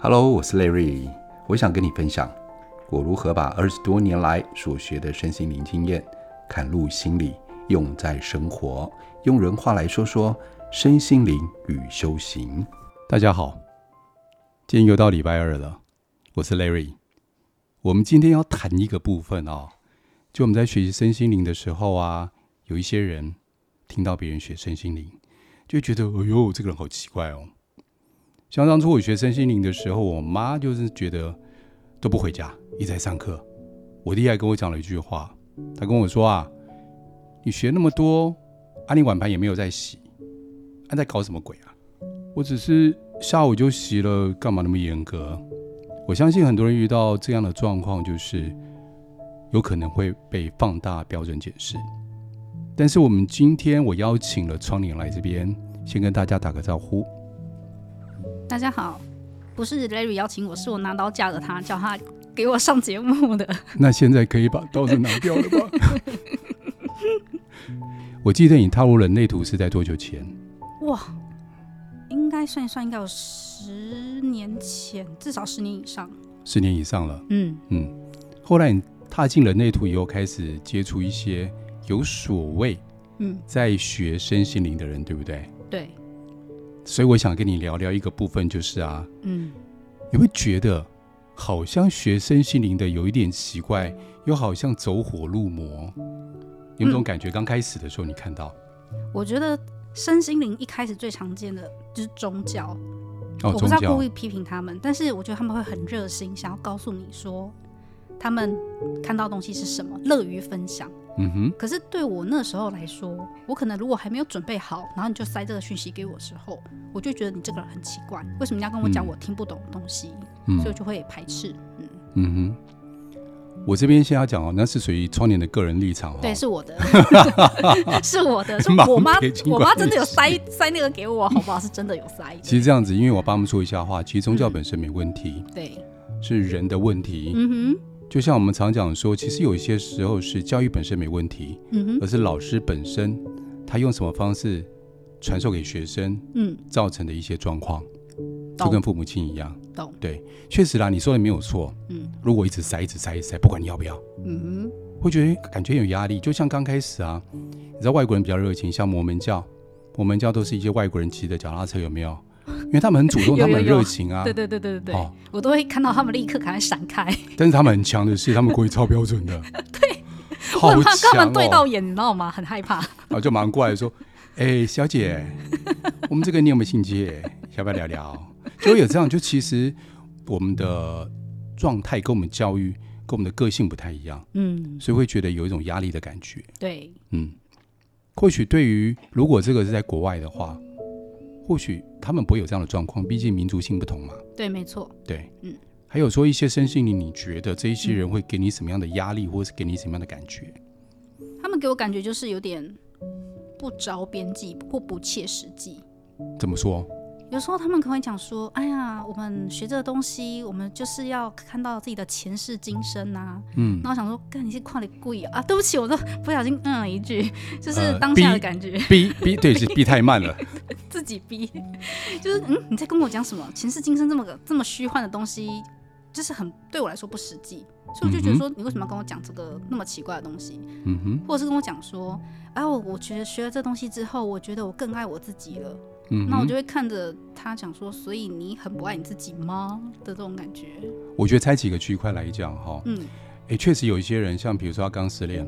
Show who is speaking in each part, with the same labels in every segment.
Speaker 1: Hello，我是雷瑞，我想跟你分享我如何把二十多年来所学的身心灵经验砍入心里，用在生活。用人话来说说身心灵与修行。
Speaker 2: 大家好，今天又到礼拜二了，我是 Larry。我们今天要谈一个部分哦，就我们在学习身心灵的时候啊，有一些人听到别人学身心灵，就觉得哎呦，这个人好奇怪哦。像当初我学身心灵的时候，我妈就是觉得都不回家，一直在上课。我弟还跟我讲了一句话，他跟我说啊，你学那么多，啊你碗盘也没有在洗，啊在搞什么鬼啊？我只是下午就洗了，干嘛那么严格？我相信很多人遇到这样的状况，就是有可能会被放大标准解释。但是我们今天我邀请了窗帘来这边，先跟大家打个招呼。
Speaker 3: 大家好，不是 Larry 邀请我，是我拿刀架着他，叫他给我上节目的。
Speaker 2: 那现在可以把刀子拿掉了吧？ 我记得你踏入人类图是在多久前？
Speaker 3: 哇，应该算一算，应该有十年前，至少十年以上。
Speaker 2: 十年以上了。
Speaker 3: 嗯，
Speaker 2: 嗯，后来你踏进人类图以后，开始接触一些有所谓
Speaker 3: 嗯，
Speaker 2: 在学身心灵的人，对不对？
Speaker 3: 对，
Speaker 2: 所以我想跟你聊聊一个部分，就是啊，
Speaker 3: 嗯，
Speaker 2: 你会觉得好像学身心灵的有一点奇怪，又好像走火入魔，有没有这种感觉？刚开始的时候你看到
Speaker 3: 我觉得身心灵一开始最常见的就是宗教，
Speaker 2: 哦，
Speaker 3: 嗯我
Speaker 2: 宗
Speaker 3: 不知道
Speaker 2: 教
Speaker 3: 故意批评他们，但是我觉得他们会很热心，想要告诉你说他们看到的东西是什么，乐于分享。
Speaker 2: 嗯哼，
Speaker 3: 可是对我那时候来说，我可能如果还没有准备好，然后你就塞这个讯息给我的时候，我就觉得你这个人很奇怪，为什么你要跟我讲
Speaker 2: 嗯
Speaker 3: 我听不懂的东西？
Speaker 2: 嗯
Speaker 3: 所以我就会排斥。嗯，
Speaker 2: 嗯哼，我这边先要讲哦，那是属于窗帘的个人立场哦。
Speaker 3: 对，是我的， 是我的，是
Speaker 2: 忙
Speaker 3: 我妈
Speaker 2: 别，经
Speaker 3: 我
Speaker 2: 管
Speaker 3: 妈真的有塞塞那个给我，好不好？是真的有塞。
Speaker 2: 其实这样子，因为我帮他们说一下话，其实宗教本身没问题，
Speaker 3: 对，
Speaker 2: 是人的问题。
Speaker 3: 嗯哼，
Speaker 2: 就像我们常讲说，其实有一些时候是教育本身没问题，
Speaker 3: 嗯哼，
Speaker 2: 而是老师本身他用什么方式传授给学生
Speaker 3: 嗯，
Speaker 2: 造成的一些状况，就跟
Speaker 3: 懂
Speaker 2: 父母亲一样。
Speaker 3: 懂，
Speaker 2: 对，确实啦，你说的没有错。
Speaker 3: 嗯
Speaker 2: 如果一直塞，一直塞，一直塞，不管你要不要，
Speaker 3: 嗯哼，
Speaker 2: 会觉得感觉有压力。就像刚开始啊，你知道外国人比较热情，像摩门教，摩门教都是一些外国人骑的脚踏车，有没有？因为他们很主动，
Speaker 3: 有有
Speaker 2: 他们很
Speaker 3: 有
Speaker 2: 热情啊。
Speaker 3: 对对对对对对
Speaker 2: 哦，
Speaker 3: 我都会看到他们立刻赶快闪开，
Speaker 2: 但是他们很强的是，他们国语超标准 的。对，
Speaker 3: 我
Speaker 2: 好
Speaker 3: 很怕 跟他
Speaker 2: 强
Speaker 3: 们对到
Speaker 2: 哦！
Speaker 3: 眼，你知道吗？很害怕。
Speaker 2: 然后就忙过来说：“哎、小姐，我们这个你有没有兴趣？要不要聊聊？”就会有这样，就其实我们的状态跟我们教育跟我们的个性不太一样，
Speaker 3: 嗯，
Speaker 2: 所以会觉得有一种压力的感觉。
Speaker 3: 对，
Speaker 2: 嗯，或许对于如果这个是在国外的话，或许他们不会有这样的状况，毕竟民族性不同嘛。
Speaker 3: 对，没错。
Speaker 2: 对，
Speaker 3: 嗯。
Speaker 2: 还有说一些身心灵，你觉得这一些人会给你什么样的压力，或是给你什么样的感觉？
Speaker 3: 他们给我感觉就是有点不着边际或不切实际。
Speaker 2: 怎么说？
Speaker 3: 有时候他们可能会讲说：“哎呀，我们学这个东西，我们就是要看到自己的前世今生啊。”
Speaker 2: 嗯，
Speaker 3: 然后想说：“干，你是跨的故意 啊？”对不起，我都不小心嗯了 一句，就是
Speaker 2: 呃
Speaker 3: 当下
Speaker 2: 逼
Speaker 3: 的感觉，
Speaker 2: 逼逼对是逼太 慢了，
Speaker 3: 自己逼，就是嗯，你在跟我讲什么前世今生这么个这么虚幻的东西，就是很对我来说不实际，所以我就觉得说，你为什么要跟我讲这个那么奇怪的东西？
Speaker 2: 嗯哼，
Speaker 3: 或者是跟我讲说，哎，我我觉得学了这东西之后，我觉得我更爱我自己了。
Speaker 2: 嗯哼
Speaker 3: 那我就会看着他讲说，所以你很不爱你自己吗？的这种感觉。
Speaker 2: 我觉得拆几个区块来讲哈，
Speaker 3: 嗯
Speaker 2: 诶，确实有一些人，像比如说他刚失恋，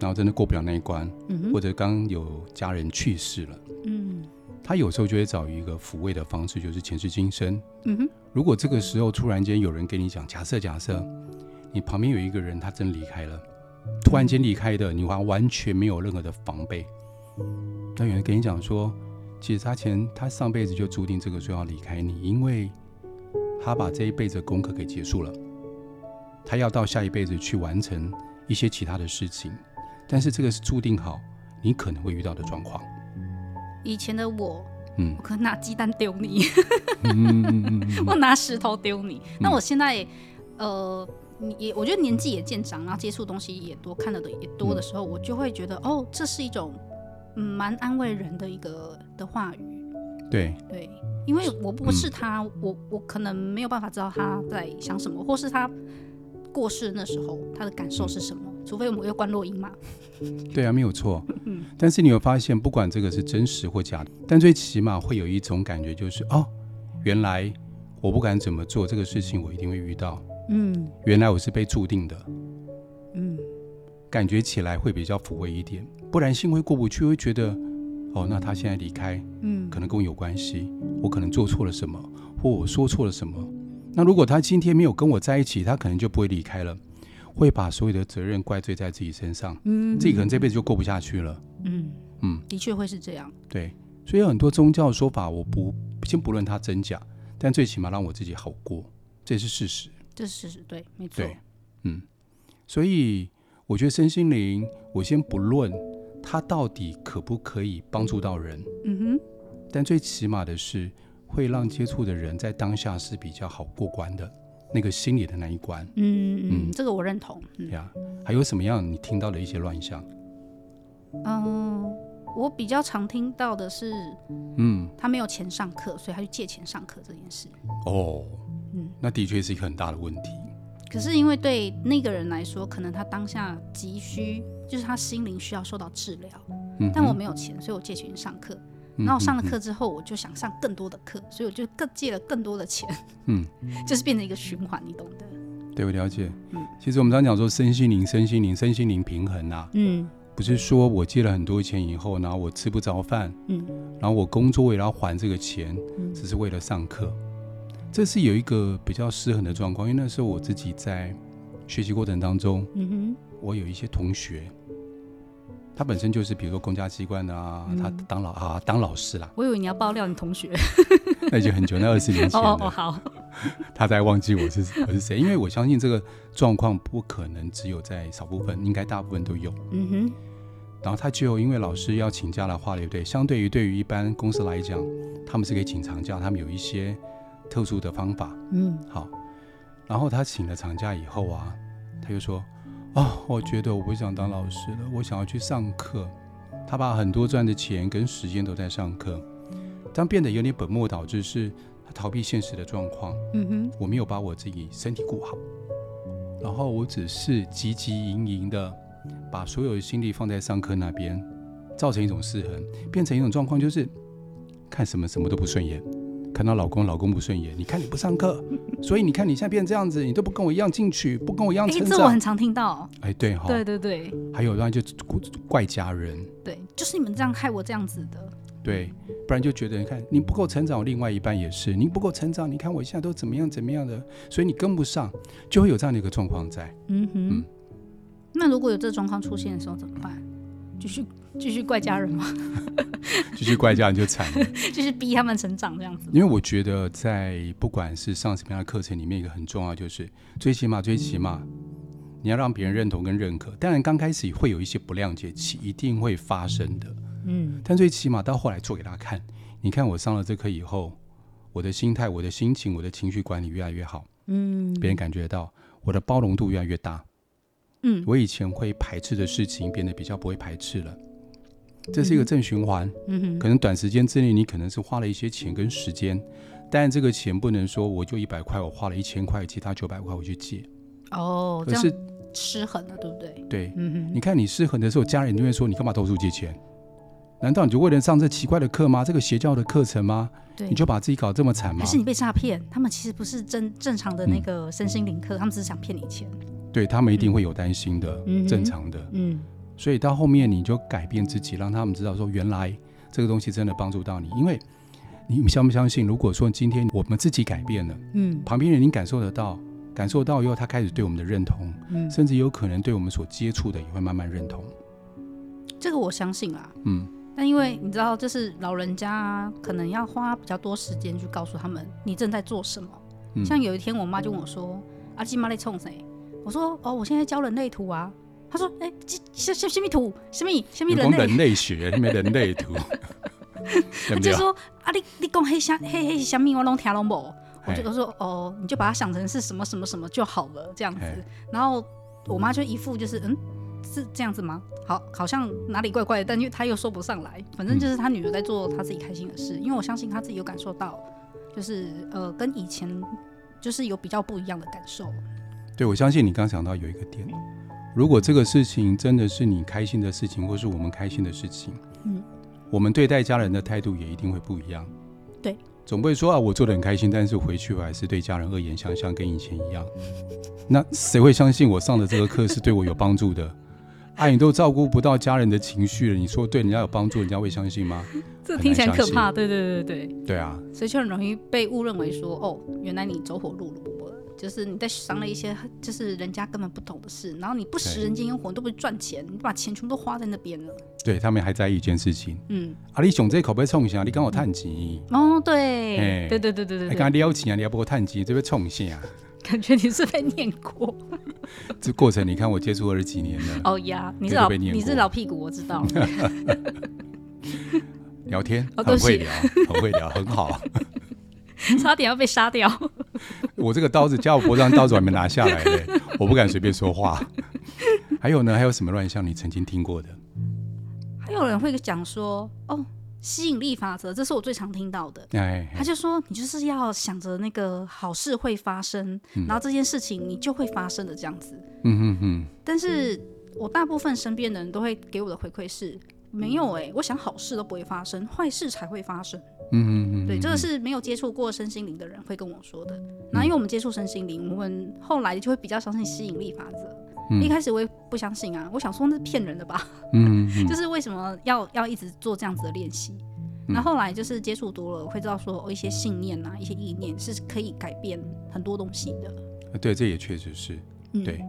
Speaker 2: 然后真的过不了那一关，
Speaker 3: 嗯
Speaker 2: 或
Speaker 3: 哼
Speaker 2: 者刚有家人去世了，
Speaker 3: 嗯
Speaker 2: 他有时候就会找一个抚慰的方式，就是前世今生。
Speaker 3: 嗯哼
Speaker 2: 如果这个时候突然间有人给你讲，假设假设，你旁边有一个人他真离开了，突然间离开的，你完完全没有任何的防备，那有人跟你讲说，其实他前他上辈子就注定这个时候要离开你，因为他把这一辈子的功课给结束了，他要到下一辈子去完成一些其他的事情，但是这个是注定好你可能会遇到的状况，
Speaker 3: 以前的我，
Speaker 2: 嗯
Speaker 3: 我可能拿鸡蛋丢你，
Speaker 2: 嗯嗯嗯嗯
Speaker 3: 我拿石头丢你。那我现在，呃，你也我觉得年纪也渐长，然后接触东西也多，看的也多的时候，我嗯就会觉得，哦，这是一种嗯蛮安慰人的一个的话语。
Speaker 2: 嗯对，
Speaker 3: 对，因为我不
Speaker 2: 嗯
Speaker 3: 是他，我我可能没有办法知道他在想什么，或是他过世那时候他的感受是什么，除非我们要关录音嘛。
Speaker 2: 对啊，没有错。
Speaker 3: 嗯
Speaker 2: 但是你有发现，不管这个是真实或假的，但最起码会有一种感觉，就是哦，原来我不管怎么做这个事情，我一定会遇到。
Speaker 3: 嗯
Speaker 2: 原来我是被注定的，
Speaker 3: 嗯，
Speaker 2: 感觉起来会比较抚慰一点。不然心会过不去，会觉得哦，那他现在离开，
Speaker 3: 嗯
Speaker 2: 可能跟我有关系，我可能做错了什么，或我说错了什么。那如果他今天没有跟我在一起，他可能就不会离开了，会把所有的责任怪罪在自己身上，
Speaker 3: 嗯
Speaker 2: 自己可能这辈子就过不下去了。
Speaker 3: 嗯
Speaker 2: 嗯，
Speaker 3: 的确会是这样。
Speaker 2: 对，所以有很多宗教的说法，我不先不论它真假，但最起码让我自己好过，这也是事实。
Speaker 3: 这是事实，对，没错。
Speaker 2: 对，嗯，所以我觉得身心灵，我先不论它到底可不可以帮助到人，
Speaker 3: 嗯
Speaker 2: 但最起码的是会让接触的人在当下是比较好过关的那个心理的那一关
Speaker 3: 哼，嗯
Speaker 2: 嗯
Speaker 3: 嗯，这个我认同。嗯
Speaker 2: 呀。还有什么样你听到的一些乱象？
Speaker 3: 嗯，我比较常听到的是
Speaker 2: 嗯，
Speaker 3: 他没有钱上课，所以他去借钱上课这件事。
Speaker 2: 哦，
Speaker 3: 嗯
Speaker 2: 那的确是一个很大的问题。
Speaker 3: 可是因为对那个人来说，可能他当下急需，就是他心灵需要受到治疗，
Speaker 2: 嗯哼，
Speaker 3: 但我没有钱，所以我借钱上课。
Speaker 2: 嗯
Speaker 3: 然后上了
Speaker 2: 哼
Speaker 3: 课之后，我就想上更多的课，所以我就更借了更多的钱，
Speaker 2: 嗯，
Speaker 3: 就是变成一个循环，你懂的。
Speaker 2: 对，我了解。
Speaker 3: 嗯
Speaker 2: 其实我们常讲说身心灵、身心灵、身心灵平衡啊，
Speaker 3: 嗯
Speaker 2: 不是说我借了很多钱以后，然后我吃不着饭，
Speaker 3: 嗯
Speaker 2: 然后我工作为了要还这个钱，
Speaker 3: 嗯
Speaker 2: 只是为了上课。这是有一个比较失衡的状况，因为那时候我自己在学习过程当中，
Speaker 3: 嗯
Speaker 2: 我有一些同学，他本身就是比如说公家机关的啊，
Speaker 3: 嗯，
Speaker 2: 他当老啊当老师啦
Speaker 3: 我以为你要爆料你同学。
Speaker 2: 那已经很久，那二十年前
Speaker 3: 哦
Speaker 2: 了
Speaker 3: 哦，，好。
Speaker 2: 他才忘记我是我是谁，因为我相信这个状况不可能只有在少部分，应该大部分都有。
Speaker 3: 嗯哼，
Speaker 2: 然后他就因为老师要请假的话，对不对？相对于对于一般公司来讲，他们是可以请长假，他们有一些特殊的方法。
Speaker 3: 嗯
Speaker 2: 好，然后他请了长假以后啊，他就说：“哦，我觉得我不想当老师了，我想要去上课。”他把很多赚的钱跟时间都在上课，这样变得有点本末倒置，是他逃避现实的状况。
Speaker 3: 嗯哼，
Speaker 2: 我没有把我自己身体顾好，然后我只是汲汲营营的把所有的心力放在上课那边，造成一种失衡，变成一种状况，就是看什么什么都不顺眼，看到老公老公不顺眼，你看你不上课，所以你看你现在变这样子，你都不跟我一样进取，不跟我一样
Speaker 3: 哎、
Speaker 2: 成
Speaker 3: 这我
Speaker 2: 长
Speaker 3: 很，常听到。
Speaker 2: 哎，对哈、
Speaker 3: 对对对
Speaker 2: 还有然后就怪家人，
Speaker 3: 对，就是你们这样害我这样子的。
Speaker 2: 对，不然就觉得你看你不够成长，我另外一半也是你不够成长，你看我现在都怎么样怎么样的，所以你跟不上，就会有这样的一个状况在。
Speaker 3: 嗯哼，
Speaker 2: 嗯
Speaker 3: 那如果有这状况出现的时候怎么办？继续继续怪家人吗？
Speaker 2: 继续怪家人就惨了。
Speaker 3: 继续逼他们成长这样子？
Speaker 2: 因为我觉得在不管是上什么样的课程里面，一个很重要就是最起码最起码你要让别人认同跟认可。当然刚开始会有一些不谅解期，一定会发生的。
Speaker 3: 嗯
Speaker 2: 但最起码到后来做给他看，你看我上了这课以后，我的心态、我的心情、我的情绪管理越来越好，
Speaker 3: 嗯
Speaker 2: 别人感觉到我的包容度越来越大。
Speaker 3: 嗯
Speaker 2: 我以前会排斥的事情变得比较不会排斥了，这是一个正循环。
Speaker 3: 嗯
Speaker 2: 可能短时间之内你可能是花了一些钱跟时间，但这个钱不能说我就一百块，我花了一千块，其他九百块我去借，
Speaker 3: 哼，哦，
Speaker 2: 而
Speaker 3: 这样
Speaker 2: 是
Speaker 3: 失衡了，对不对？
Speaker 2: 对，
Speaker 3: 嗯
Speaker 2: 你看你失衡的时候，家人就会说你干嘛到处借钱？难道你就为了上这奇怪的课吗？这个邪教的课程吗？
Speaker 3: 哼，对
Speaker 2: 你。就把自己搞这么惨吗
Speaker 3: 还？是你被诈骗？他们其实不是正正常的那个
Speaker 2: 嗯
Speaker 3: 身心灵课，他们只是想骗你钱。
Speaker 2: 对他们一定会有担心的，
Speaker 3: 嗯哼
Speaker 2: 正常的。
Speaker 3: 嗯
Speaker 2: 所以到后面你就改变自己，让他们知道说，原来这个东西真的帮助到你。因为你相不相信，如果说今天我们自己改变了，
Speaker 3: 嗯
Speaker 2: 旁边人已经感受得到，感受到以后，他开始对我们的认同，
Speaker 3: 嗯，
Speaker 2: 甚至有可能对我们所接触的也会慢慢认同。
Speaker 3: 这个我相信啦。
Speaker 2: 嗯，
Speaker 3: 但因为你知道，就是老人家啊可能要花比较多时间去告诉他们你正在做什么。
Speaker 2: 嗯
Speaker 3: 像有一天，我妈就问我说：“啊阿基妈在冲谁？”我说：“哦，我现在教人类图啊。”她说：“哎、这什什什么图？什么什么
Speaker 2: 你
Speaker 3: 人
Speaker 2: 讲
Speaker 3: 类？”
Speaker 2: 人类学，没人类图， 对
Speaker 3: 她
Speaker 2: 不
Speaker 3: 就
Speaker 2: 对？
Speaker 3: 说：“啊，你你讲黑虾黑黑虾米，我拢听拢无。”我
Speaker 2: 哎
Speaker 3: 就我说：“哦，你就把它想成是什么什么什么就好了，这样子
Speaker 2: 哎。”
Speaker 3: 然后我妈就一副就是嗯，是这样子吗？好，好像哪里怪怪的，但因为他又说不上来。反
Speaker 2: 嗯
Speaker 3: 正就是他女儿在做他自己开心的事，因为我相信他自己有感受到，就是呃，跟以前就是有比较不一样的感受。
Speaker 2: 对，我相信你刚想到有一个点，如果这个事情真的是你开心的事情，或是我们开心的事情，
Speaker 3: 嗯，
Speaker 2: 我们对待家人的态度也一定会不一样。
Speaker 3: 对，
Speaker 2: 总不会说啊，我做的很开心，但是回去我还是对家人恶言相向，跟以前一样。那谁会相信我上的这个课是对我有帮助的？啊，你都照顾不到家人的情绪了，你说对人家有帮助，人家会相信吗？
Speaker 3: 这
Speaker 2: 很
Speaker 3: 听起来
Speaker 2: 难
Speaker 3: 可
Speaker 2: 相
Speaker 3: 怕，对对对对，
Speaker 2: 对啊，
Speaker 3: 所以就很容易被误认为说，哦，原来你走火入魔了，就是你在伤了一些就是人家根本不懂的事，然后你不食
Speaker 2: 对
Speaker 3: 人间烟火，你都不去赚钱，你把钱全部都花在那边了。
Speaker 2: 对他们还在意一件事情，
Speaker 3: 嗯，
Speaker 2: 啊，你熊这口被冲下，你跟我探钱，
Speaker 3: 哦，
Speaker 2: 哎
Speaker 3: 对，对对对对对
Speaker 2: 还跟
Speaker 3: 对，
Speaker 2: 他撩钱啊，你还不给我探钱，这边冲下。
Speaker 3: 感觉你是被念过。
Speaker 2: 这过程你看我接触二十几年了，
Speaker 3: 哦呀，你是
Speaker 2: 这个
Speaker 3: 老
Speaker 2: 被念
Speaker 3: 你是
Speaker 2: 过
Speaker 3: 老屁股，我知道。
Speaker 2: 聊天
Speaker 3: 哦对
Speaker 2: 很
Speaker 3: 不
Speaker 2: 会
Speaker 3: 起
Speaker 2: 聊，很会聊，很好。
Speaker 3: 差点要被杀掉。
Speaker 2: 我这个刀子架我脖子上，刀子我还没拿下来嘞，我不敢随便说话。 还有呢，还有什么乱象你曾经听过的？
Speaker 3: 还有人会讲说，哦，吸引力法则，这是我最常听到的。
Speaker 2: 哎，
Speaker 3: 他就说，你就是要想着那个好事会发生，然后这件事情你就会发生的这样子。
Speaker 2: 嗯哼哼，
Speaker 3: 但是
Speaker 2: 嗯
Speaker 3: 我大部分身边的人都会给我的回馈是，没有哎、我想好事都不会发生，坏事才会发生。
Speaker 2: 嗯哼哼，
Speaker 3: 对，这个是没有接触过身心灵的人会跟我说的。那因为我们接触身心灵，我们后来就会比较相信吸引力法则。一开始我也不相信啊，我想说那是骗人的吧，
Speaker 2: 嗯哼
Speaker 3: 就是为什么要要一直做这样子的练习？
Speaker 2: 嗯
Speaker 3: 那后来就是接触多了，会知道说哦，一些信念啊，一些意念是可以改变很多东西的。
Speaker 2: 哼，对，这也确实是
Speaker 3: 嗯，
Speaker 2: 对，。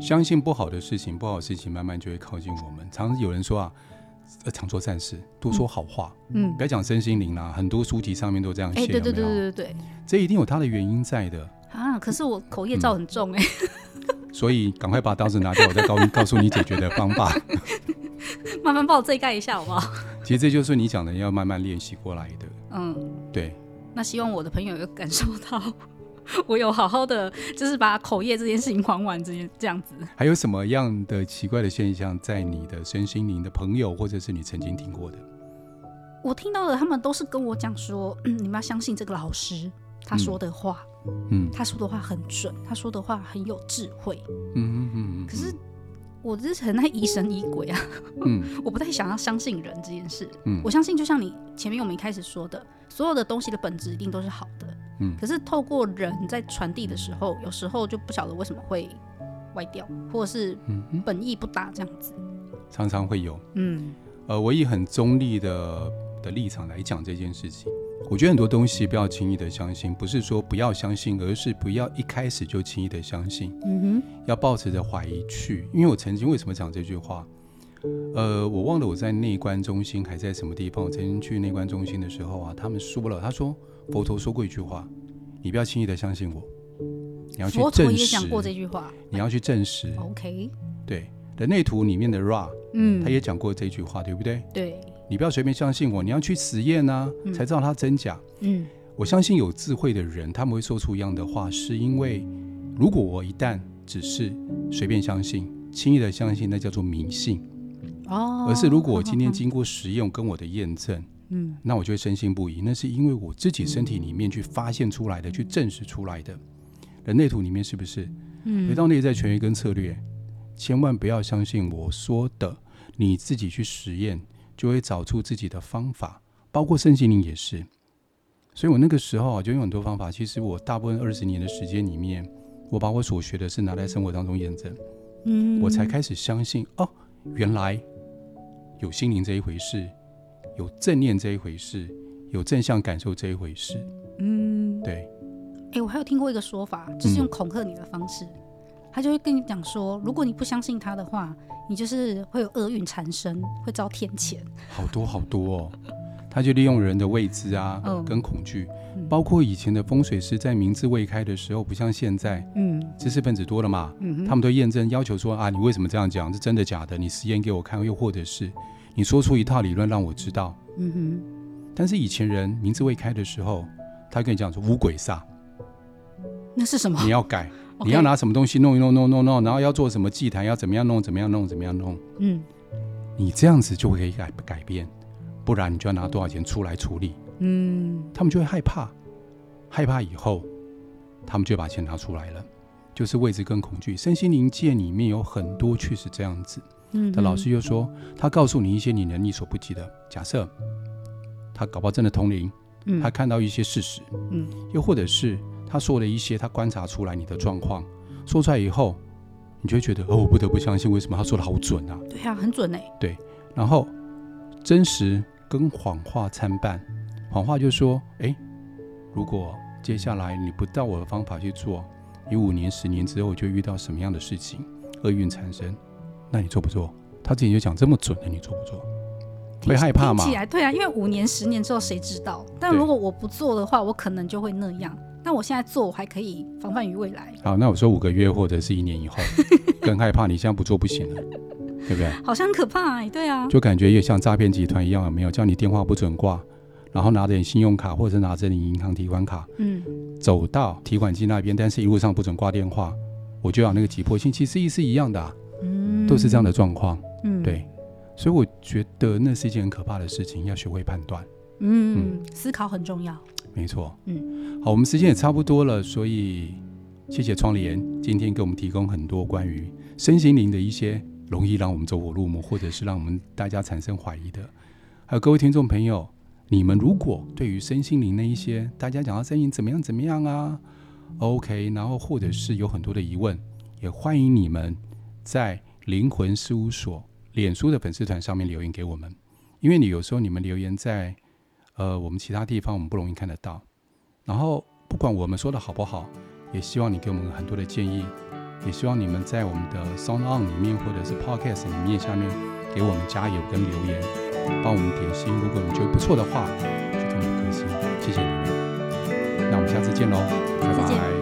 Speaker 2: 相信不好的事情，不好的事情慢慢就会靠近我们。常有人说啊，呃，常做善事，多说好话，
Speaker 3: 嗯
Speaker 2: 不，要讲身心灵啦，很多书籍上面都这样
Speaker 3: 哎、
Speaker 2: 写，
Speaker 3: 对对对
Speaker 2: 有没有？
Speaker 3: 对对对
Speaker 2: 这一定有它的原因在的。
Speaker 3: 啊！可是我口业照很重哎、
Speaker 2: 所以赶快把刀子拿掉，我再告告诉你解决的方法。
Speaker 3: 麻烦帮我遮盖一下好不好？
Speaker 2: 其实这就是你讲的要慢慢练习过来的。
Speaker 3: 嗯，
Speaker 2: 对，
Speaker 3: 那希望我的朋友有感受到， 我有好好的就是把口业这件事情还完，这件这样子。
Speaker 2: 还有什么样的奇怪的现象在你的身心灵的朋友，或者是你曾经听过的？
Speaker 3: 我听到的他们都是跟我讲说，嗯，你们要相信这个老师他说的话，
Speaker 2: 嗯
Speaker 3: 他说的话很准，他说的话很有智慧。
Speaker 2: 嗯嗯嗯嗯
Speaker 3: 可是我这是很爱疑神疑鬼啊，
Speaker 2: 嗯
Speaker 3: 我不太想要相信人这件事。
Speaker 2: 嗯
Speaker 3: 我相信就像你前面我们一开始说的，所有的东西的本质一定都是好的。
Speaker 2: 嗯
Speaker 3: 可是透过人在传递的时候，有时候就不晓得为什么会歪掉，或者是
Speaker 2: 嗯嗯，
Speaker 3: 本意不搭这样子。
Speaker 2: 常常会有。
Speaker 3: 嗯
Speaker 2: 呃，我以很中立的的立场来讲这件事情，我觉得很多东西不要轻易的相信，不是说不要相信，而是不要一开始就轻易的相信。
Speaker 3: 嗯
Speaker 2: 要抱持着怀疑去，因为我曾经为什么讲这句话？呃，我忘了我在内观中心还在什么地方，我曾经去内观中心的时候啊，他们说了，他说佛陀说过一句话，你不要轻易的相信我，你要
Speaker 3: 哼，
Speaker 2: 去
Speaker 3: 佛陀
Speaker 2: 证
Speaker 3: 也
Speaker 2: 实
Speaker 3: 讲，过这句话。
Speaker 2: 你要去证实。
Speaker 3: OK，
Speaker 2: 对，人类图里面的 Ra
Speaker 3: 嗯
Speaker 2: 他，也讲过这句话，对不对？
Speaker 3: 对，
Speaker 2: 你不要随便相信我，你要去实验啊，
Speaker 3: 嗯
Speaker 2: 才知道它真假。
Speaker 3: 嗯
Speaker 2: 我相信有智慧的人，他们会说出一样的话，是因为如果我一旦只是随便相信、轻易的相信，那叫做迷信；
Speaker 3: 哦，
Speaker 2: 而是如果我今 天经过实验跟我的验证，
Speaker 3: 嗯
Speaker 2: 那我就会深信不疑。那是因为我自己身体里面去发现出来的，去证实出来的。人类图里面是不是？回
Speaker 3: 嗯
Speaker 2: 到内在权威跟策略，千万不要相信我说的，你自己去实验，就会找出自己的方法，包括身心灵也是。所以我那个时候啊，就用很多方法。其实我大部分二十年的时间里面，我把我所学的是拿来生活当中验证，
Speaker 3: 嗯
Speaker 2: 我才开始相信哦，原来有心灵这一回事，有正念这一回事，有正向感受这一回事。
Speaker 3: 嗯，
Speaker 2: 对，
Speaker 3: 哎、我还有听过一个说法，就是
Speaker 2: 嗯
Speaker 3: 用恐吓你的方式，他就会跟你讲说，如果你不相信他的话，你就是会有厄运缠身，会遭天谴。
Speaker 2: 好多好多哦。他就利用人的未知啊，
Speaker 3: 嗯
Speaker 2: 跟恐惧，
Speaker 3: 嗯
Speaker 2: 包括以前的风水师在明智未开的时候，不像现在
Speaker 3: 嗯
Speaker 2: 知识分子多了嘛，
Speaker 3: 嗯
Speaker 2: 他们都验证要求说啊，你为什么这样讲？是真的假的？你实验给我看，又或者是你说出一套理论让我知道。
Speaker 3: 嗯哼，
Speaker 2: 但是以前人 明智未开的时候，他跟你讲说无鬼煞，
Speaker 3: 那是什么？
Speaker 2: 你要改，你要拿什么东西弄一弄弄弄弄，然后要做什么祭坛，要怎么样弄怎么样弄怎么样弄，
Speaker 3: 嗯
Speaker 2: 你这样子就可以改改变，不然你就要拿多少钱出来处理，
Speaker 3: 嗯
Speaker 2: 他们就会害怕，害怕以后，他们就把钱拿出来了，就是位置跟恐惧。身心灵界里面有很多确实这样子，
Speaker 3: 嗯，
Speaker 2: 但老师又说，他告诉你一些你能力所不及的。假设他搞不好真的通灵，
Speaker 3: 嗯，
Speaker 2: 他看到一些事实，
Speaker 3: 嗯，
Speaker 2: 又或者是他说了一些他观察出来你的状况，说出来以后，你就会觉得哦，我不得不相信，为什么他说的好准啊？
Speaker 3: 对啊，很准哎、
Speaker 2: 然后真实跟谎话参半，谎话就说，诶，如果接下来你不照我的方法去做，你五年、十年之后就遇到什么样的事情，厄运缠身，那你做不做？他自己就讲这么准的，你做不做？
Speaker 3: 听
Speaker 2: 会害怕嘛
Speaker 3: 听？起来对啊，因为五年、十年之后谁知道？但
Speaker 2: 对
Speaker 3: 如果我不做的话，我可能就会那样。但我现在做，我还可以防范于未来，
Speaker 2: 好，那我说五个月或者是一 年以后，更害怕你现在不做不行了，对不对？
Speaker 3: 好像很可怕哎、对啊，
Speaker 2: 就感觉也像诈骗集团一样，有没有？叫你电话不准挂，然后拿着你信用卡或者是拿着你银行提款卡，
Speaker 3: 嗯
Speaker 2: 走到提款机那边，但是一路上不准挂电话，我就要那个急迫性，其实意思一样的、啊，
Speaker 3: 嗯，
Speaker 2: 都是这样，的状况。
Speaker 3: 嗯，
Speaker 2: 对，所以我觉得那是一件很可怕的事情，要学会判断。
Speaker 3: 嗯，思考很重要。
Speaker 2: 没错，
Speaker 3: 嗯，
Speaker 2: 好，我们时间也差不多了，所以谢谢窗帘今天给我们提供很多关于身心灵的一些容易让我们走火入魔，或者是让我们大家产生怀疑的。还有各位听众朋友，你们如果对于身心灵那一些大家讲到身心怎么样怎么样啊，OK，然后或者是有很多的疑问，也欢迎你们在灵魂事务所脸书的粉丝团上面留言给我们，因为你有时候你们留言在呃我们其他地方我们不容易看得到，然后不管我们说的好不好，也希望你给我们很多的建议，也希望你们在我们的 Sound On 里面或者是 Podcast 里面下面给我们加油跟留言，帮我们点心。如果你觉得不错的话，就给我们更新，谢谢你们。那我们下次见喽，拜
Speaker 3: 下次见
Speaker 2: 拜。